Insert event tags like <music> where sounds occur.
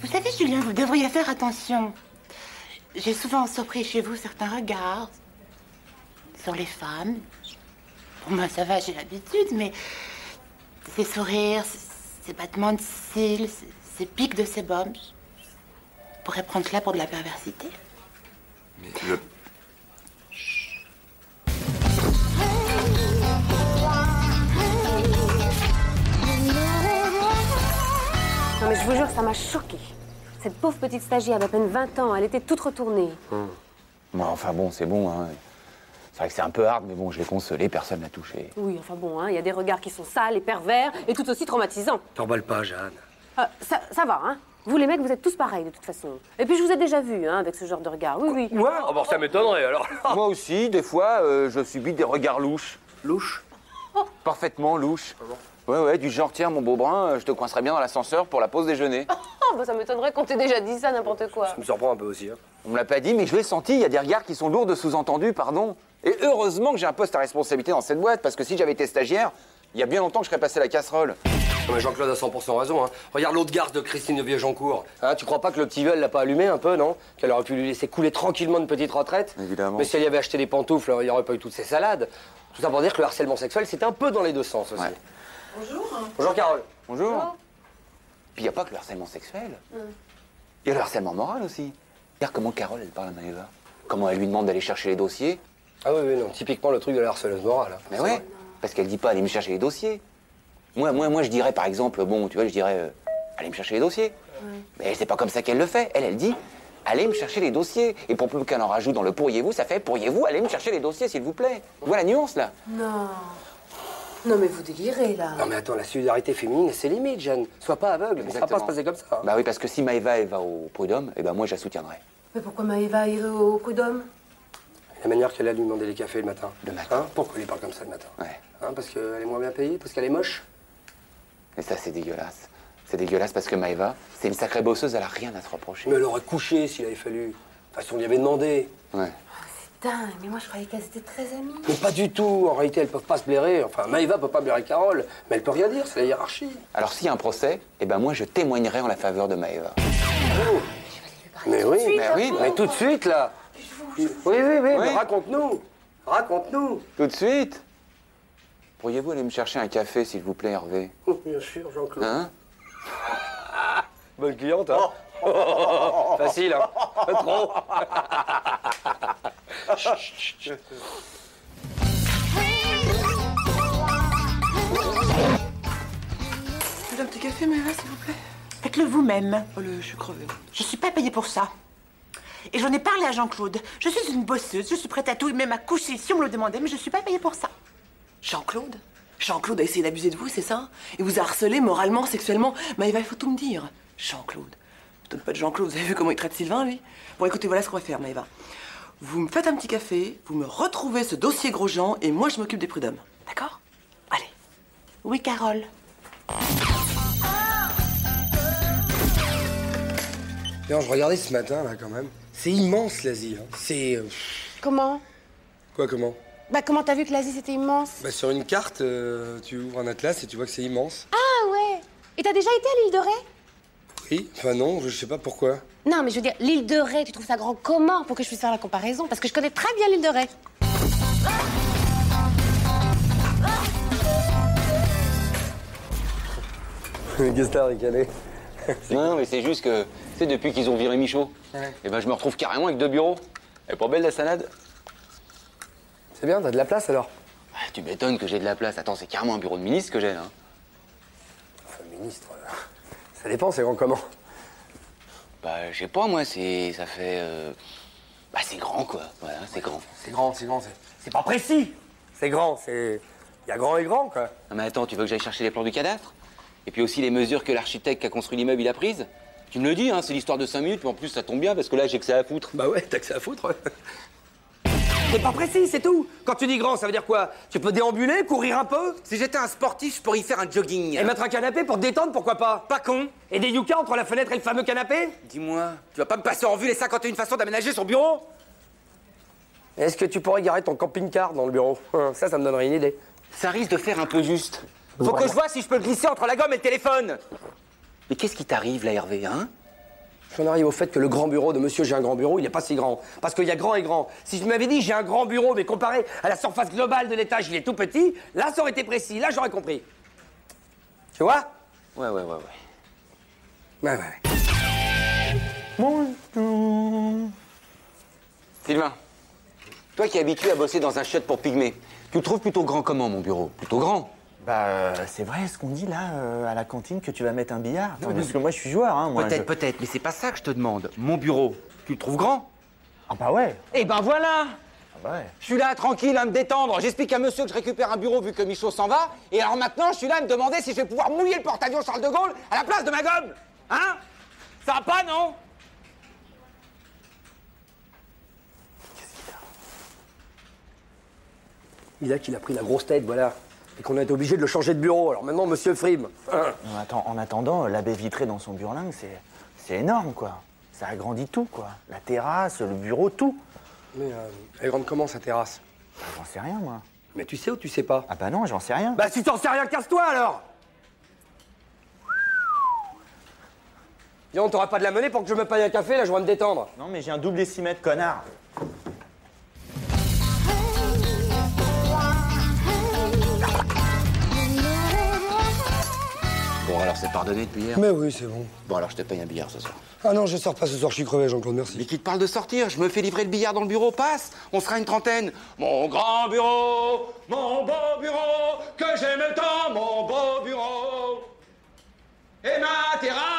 Vous savez, Julien, vous devriez faire attention. J'ai souvent surpris chez vous certains regards sur les femmes. Bon, moi, ça va, j'ai l'habitude, mais ces sourires, ces battements de cils, ces- ces pics de sébum, je pourrais prendre cela pour de la perversité. Mais le- Non mais je vous jure, ça m'a choquée. Cette pauvre petite stagiaire d'à peine 20 ans, elle était toute retournée. Ouais, enfin bon, c'est bon. Hein. C'est vrai que c'est un peu hard, mais bon, je l'ai consolé, personne l'a touché. Oui, enfin bon, hein, il y a des regards qui sont sales et pervers et tout aussi traumatisants. T'emballe pas, Jeanne. Euh, ça, ça va, hein Vous les mecs, vous êtes tous pareils de toute façon. Et puis je vous ai déjà vu, hein, avec ce genre de regard. Oui, oui. Moi Ah bon, ça m'étonnerait <laughs> alors. Moi aussi, des fois, euh, je subis des regards louches. Louche. <laughs> Parfaitement louches. Ouais, ouais, du genre, tiens, mon beau brun, euh, je te coincerai bien dans l'ascenseur pour la pause déjeuner. Oh, bah, ça m'étonnerait qu'on t'ait déjà dit ça, n'importe quoi. Ça me surprend un peu aussi. hein. On me l'a pas dit, mais je l'ai senti, il y a des regards qui sont lourds de sous-entendus, pardon. Et heureusement que j'ai un poste à responsabilité dans cette boîte, parce que si j'avais été stagiaire, il y a bien longtemps que je serais passé la casserole. Non, mais Jean-Claude a 100% raison. hein. Regarde l'autre garce de Christine de Viejoncourt. Hein, tu crois pas que le petit viol l'a pas allumé un peu, non Qu'elle aurait pu lui laisser couler tranquillement une petite retraite Évidemment. Mais si elle y avait acheté des pantoufles, il n'y aurait pas eu toutes ces salades. Tout ça pour dire que le harcèlement sexuel, c'était un peu dans les deux sens aussi. Ouais. Bonjour. Bonjour, Hum. Carole. Bonjour. Puis il n'y a pas que le harcèlement sexuel. Il y a le harcèlement moral aussi. Regarde comment Carole, elle parle à Maëva. Comment elle lui demande d'aller chercher les dossiers. Ah oui, oui, non. Typiquement le truc de la harceleuse morale. hein. Mais ouais, parce qu'elle dit pas aller me chercher les dossiers. Moi, moi, moi, je dirais par exemple, bon, tu vois, je dirais, euh, allez me chercher les dossiers. Mais c'est pas comme ça qu'elle le fait. Elle, elle dit, allez me chercher les dossiers. Et pour plus qu'elle en rajoute dans le pourriez-vous, ça fait pourriez-vous aller me chercher les dossiers, s'il vous plaît. Voilà la nuance là. Non, mais vous délirez, là. Non mais attends, la solidarité féminine, c'est limite, Jeanne. Sois pas aveugle, mais ça va pas se Exactement. passer comme ça. hein. Bah oui, parce que si Maëva elle va au prud'homme, eh ben moi, je la soutiendrai. Mais pourquoi Maëva irait au coup d'homme La manière qu'elle a de lui demander les cafés le matin. Le matin. Hein Pourquoi elle lui parle comme ça le matin Ouais. Hein, parce qu'elle est moins bien payée Parce qu'elle est moche Et ça, c'est dégueulasse. C'est dégueulasse parce que Maëva, c'est une sacrée bosseuse, elle a rien à se reprocher. Mais elle aurait couché s'il avait fallu. De toute façon, on lui avait demandé. Ouais. Putain, mais moi je croyais qu'elles étaient très amies. Mais pas du tout. En réalité, elles peuvent pas se blairer. Enfin, Maëva peut pas blairer Carole. Mais elle peut rien dire, c'est la hiérarchie. Alors s'il y a un procès, eh ben moi, je témoignerai en la faveur de Maëva. Mais oui, bah oui, bah mais tout de suite, là. Oui, oui, oui, mais Oui. raconte-nous. Raconte-nous. Tout de suite Pourriez-vous aller me chercher un café, s'il vous plaît, Hervé Oh, Bien sûr, Jean-Claude. Hein Bonne <laughs> cliente, hein Facile, hein Trop Un petit café, Maëva, s'il vous plaît Faites-le vous-même. Oh, je suis crevée. Je suis pas payée pour ça. Et j'en ai parlé à Jean-Claude. Je suis une bosseuse, je suis prête à tout, et même à coucher si on me le demandait, mais je suis pas payée pour ça. Jean-Claude Jean-Claude a essayé d'abuser de vous, c'est ça Et vous a harcelé moralement, sexuellement Maëva, il faut tout me dire. Jean-Claude. Peut-être pas de Jean-Claude, vous avez vu comment il traite Sylvain, lui Bon, écoutez, voilà ce qu'on va faire, Maëva. Vous me faites un petit café, vous me retrouvez ce dossier Grosjean, et moi, je m'occupe des prud'hommes. D'accord Allez. Oui, Carole. D'ailleurs, je regardais ce matin, là, quand même. C'est immense, l'Asie. hein. C'est... euh, Comment Quoi, comment Bah comment t'as vu que l'Asie c'était immense Bah, sur une carte, euh, tu ouvres un atlas et tu vois que c'est immense. Ah ouais Et t'as déjà été à l'île de Ré Oui, enfin non, je sais pas <laughs> pourquoi. Non mais je veux dire, l'île de Ré, tu trouves ça grand comment pour que je puisse faire la comparaison Parce que je connais très bien l'île de Ré. Gaston Ricanet. Non, non, mais c'est juste que, tu sais, depuis qu'ils ont viré Michaud, eh ben je me retrouve carrément avec deux bureaux. Elle est pas belle, la salade C'est bien, t'as de la place alors Ah, Tu m'étonnes que j'ai de la place. Attends, c'est carrément un bureau de ministre que j'ai, hein. là. Enfin, ministre, euh, ça dépend, c'est grand comment Bah, je sais pas, moi, c'est... ça fait... euh, Bah, c'est grand, quoi. Voilà, c'est grand. C'est grand, c'est grand, c'est... C'est pas précis C'est grand, c'est... Il y a grand et grand, quoi. Non, Ah, mais attends, tu veux que j'aille chercher les plans du cadastre Et puis aussi les mesures que l'architecte qui a construit l'immeuble il a prises Tu me le dis, hein, c'est l'histoire de 5 minutes, mais en plus ça tombe bien parce que là j'ai que ça à foutre. Bah ouais, t'as que ça à foutre. T'es pas précis, <laughs> c'est tout. Quand tu dis grand, ça veut dire quoi Tu peux déambuler, courir un peu Si j'étais un sportif, je pourrais y faire un jogging. Et Eh ben mettre un canapé pour te détendre, pourquoi pas Pas con Et des yucas entre la fenêtre et le fameux canapé Dis-moi, tu vas pas me passer en vue les 51 façons d'aménager son bureau Est-ce que tu pourrais garer ton camping-car dans le bureau <laughs> Hein, Ça, ça me donnerait une idée. Ça risque de faire un peu juste. Faut que je vois si je peux le glisser entre la gomme et le téléphone Mais qu'est-ce qui t'arrive là, Hervé, hein J'en arrive au fait que le grand bureau de monsieur J'ai un grand bureau, il n'est pas si grand. Parce qu'il y a grand et grand. Si je m'avais dit J'ai un grand bureau, mais comparé à la surface globale de l'étage, il est tout petit, là, ça aurait été précis. Là, j'aurais compris. Tu vois Ouais, ouais, ouais, ouais. Ouais, ouais, ouais. Sylvain, toi qui es habitué à bosser dans un chiotte pour pygmée, tu le trouves plutôt grand comment mon bureau Plutôt grand Bah, euh, c'est vrai ce qu'on dit là euh, à la cantine que tu vas mettre un billard. parce que moi je suis joueur, hein. moi, Peut-être, je- peut-être, mais c'est pas ça que je te demande. Mon bureau, tu le trouves grand Ah bah ouais. Eh ben voilà Ah bah ouais. Je suis là, tranquille, à me détendre. J'explique à monsieur que je récupère un bureau vu que Michaud s'en va. Et alors maintenant, je suis là à me demander si je vais pouvoir mouiller le porte-avions Charles de Gaulle à la place de ma gomme. Hein Ça va pas, non Il a qu'il a pris la grosse tête, voilà. Et qu'on a été obligé de le changer de bureau. Alors maintenant, monsieur Frime. Hein. En, atten- en attendant, la baie vitrée dans son burlingue, c'est c'est énorme quoi. Ça agrandit tout quoi. La terrasse, le bureau, tout. Mais euh, elle rentre comment, sa terrasse Bah, J'en sais rien moi. Mais tu sais ou tu sais pas Ah bah non, j'en sais rien. Bah si t'en sais rien, casse-toi alors Viens, on t'aura pas de la monnaie pour que je me paye un café, là je vais me détendre. Non mais j'ai un double et six mètres, connard. Bon, alors c'est pardonné depuis hier Mais oui, c'est bon. Bon, alors je te paye un billard ce soir. Ah non, je sors pas ce soir, je suis crevé, Jean-Claude, merci. Mais qui te parle de sortir Je me fais livrer le billard dans le bureau, passe On sera une trentaine Mon grand bureau Mon beau bureau Que j'aime tant, mon beau bureau Et ma terrasse